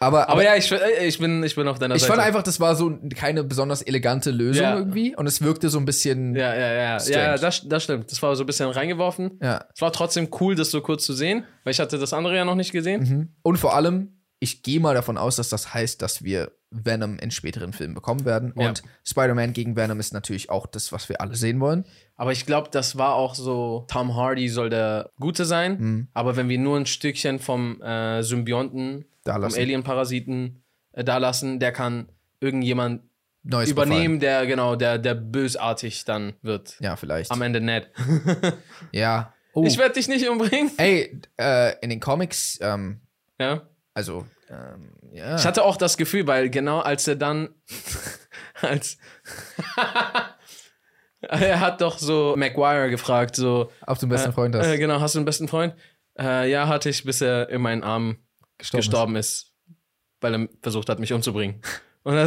Aber, Aber ja, ich, äh, ich, bin, ich bin auf deiner ich Seite. fand einfach, das war so keine besonders elegante Lösung Ja. irgendwie. Und es wirkte so ein bisschen, ja. Ja, ja, ja. Ja, Strange. das, das stimmt. Das war so ein bisschen reingeworfen. Es war trotzdem cool, das so kurz zu sehen, weil ich hatte das andere ja noch nicht gesehen. Mhm. Und vor allem, ich gehe mal davon aus, dass das heißt, dass wir Venom in späteren Filmen bekommen werden. Ja. Und Spider-Man gegen Venom ist natürlich auch das, was wir alle sehen wollen. Aber ich glaube, das war auch so, Tom Hardy soll der Gute sein. Mhm. Aber wenn wir nur ein Stückchen vom äh, Symbionten, Da vom lassen. Alien-Parasiten äh, da lassen, der kann irgendjemand Neues übernehmen, der genau, der, der bösartig dann wird. Befallen. Ja, vielleicht. Am Ende nett. Ja. Oh. Ich werde dich nicht umbringen. Ey, äh, in den Comics, ähm, Ja. also, ähm, ja. Ich hatte auch das Gefühl, weil genau als er dann als er hat doch so Maguire gefragt, so Auf den besten Freund hast. äh, genau, hast du einen besten Freund? Äh, ja, hatte ich, bis er in meinen Armen Gestorben gestorben, ist. ist. weil er versucht hat, mich umzubringen. Und er,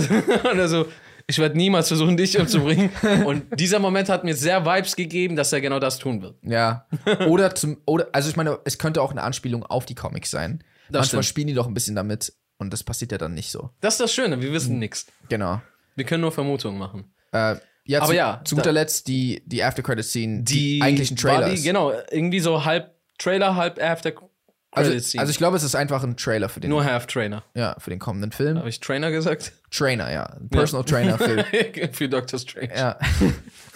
und er so, ich werde niemals versuchen, dich umzubringen. Und dieser Moment hat mir sehr Vibes gegeben, dass er genau das tun wird. Ja. Oder zum, oder, also ich meine, es könnte auch eine Anspielung auf die Comics sein. Das Manchmal stimmt. spielen die doch ein bisschen damit und das passiert ja dann nicht so. Das ist das Schöne, wir wissen nichts. Genau. Wir können nur Vermutungen machen. Äh, ja, Aber zu, ja, zu da- guter Letzt die, die After-Credit-Scene, die, Die eigentlich ein Trailer war die, ist. Genau, irgendwie so halb Trailer, halb After also, Credit Scene. also ich glaube, es ist einfach ein Trailer für den, Nur Half Trainer. ja, für den kommenden Film. Habe ich Trainer gesagt? Trainer, ja. Ein Personal Trainer für, Für Doctor Strange. ja.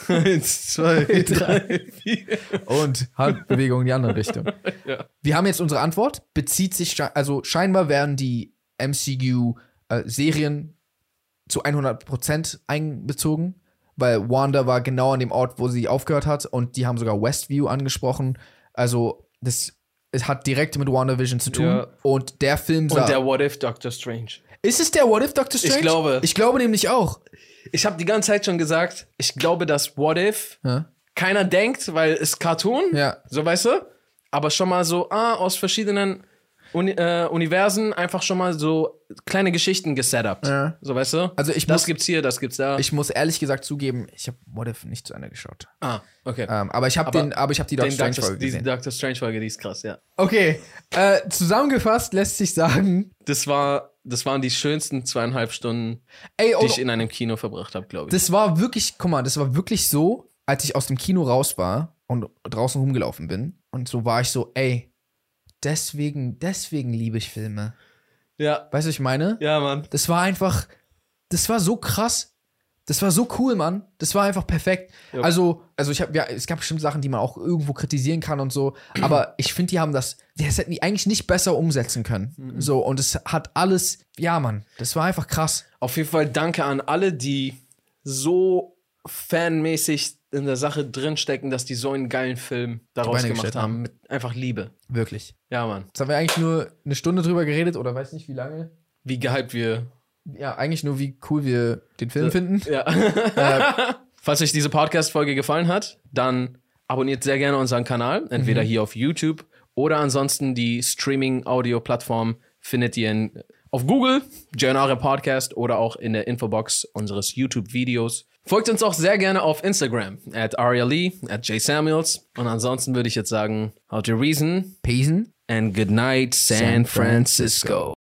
Eins, zwei, drei, vier. und Handbewegung in die andere Richtung. Ja. Wir haben jetzt unsere Antwort. Bezieht sich, sche- also scheinbar werden die MCU-Serien äh, zu 100% einbezogen, weil Wanda war genau an dem Ort, wo sie aufgehört hat und die haben sogar Westview angesprochen. Also, das es hat direkt mit WandaVision zu tun. Ja. Und der Film sah. Und der What If Doctor Strange. Ist es der What If Doctor Strange? glaube. Ich glaube nämlich auch. Ich habe die ganze Zeit schon gesagt, ich glaube, dass What If Ja. keiner denkt, weil es Cartoon, Ja. so weißt du, aber schon mal so ah, aus verschiedenen Uni äh, Universen einfach schon mal so kleine Geschichten gesetupt. Ja. So weißt du? Also ich das muss- gibt's hier, das gibt's da. Ich muss ehrlich gesagt zugeben, ich habe What If nicht zu Ende geschaut. ah, okay. Ähm, aber ich habe Aber den, aber ich habe die Doctor Den Strange Doctor, Folge die gesehen. Doctor Strange Folge, die ist krass, ja. Okay, äh, zusammengefasst lässt sich sagen, Das war das waren die schönsten zweieinhalb Stunden, ey, die oh, ich in einem Kino verbracht habe, glaube ich. das war wirklich, guck mal, das war wirklich so, als ich aus dem Kino raus war und draußen rumgelaufen bin und so war ich so, ey, deswegen, deswegen liebe ich Filme. ja. Weißt du, was ich meine? Ja, Mann. Das war einfach, das war so krass. Das war so cool, Mann. Das war einfach perfekt. Ja. Also, also ich habe ja, es gab bestimmt Sachen, die man auch irgendwo kritisieren kann und so, aber ich finde, die haben das, das hätten die eigentlich nicht besser umsetzen können. Mhm. So und es hat alles, ja, Mann, das war einfach krass. Auf jeden Fall danke an alle, die so fanmäßig in der Sache drinstecken, dass die so einen geilen Film daraus Beine gemacht gestellt haben. Mit einfach Liebe. Wirklich. Ja, Mann. Jetzt haben wir eigentlich nur eine Stunde drüber geredet oder weiß nicht wie lange. Wie gehypt wir. Ja, eigentlich nur, wie cool wir den Film finden. Ja. Äh, Falls euch diese Podcast-Folge gefallen hat, dann abonniert sehr gerne unseren Kanal. Entweder hier auf YouTube oder ansonsten die Streaming-Audio-Plattform findet ihr in, auf Google, Janare Podcast oder auch in der Infobox unseres YouTube-Videos. Folgt uns auch sehr gerne auf Instagram, at Aria Lee, at Jay Samuels. Und ansonsten würde ich jetzt sagen, out your reason Pesen. and good night, San San Francisco.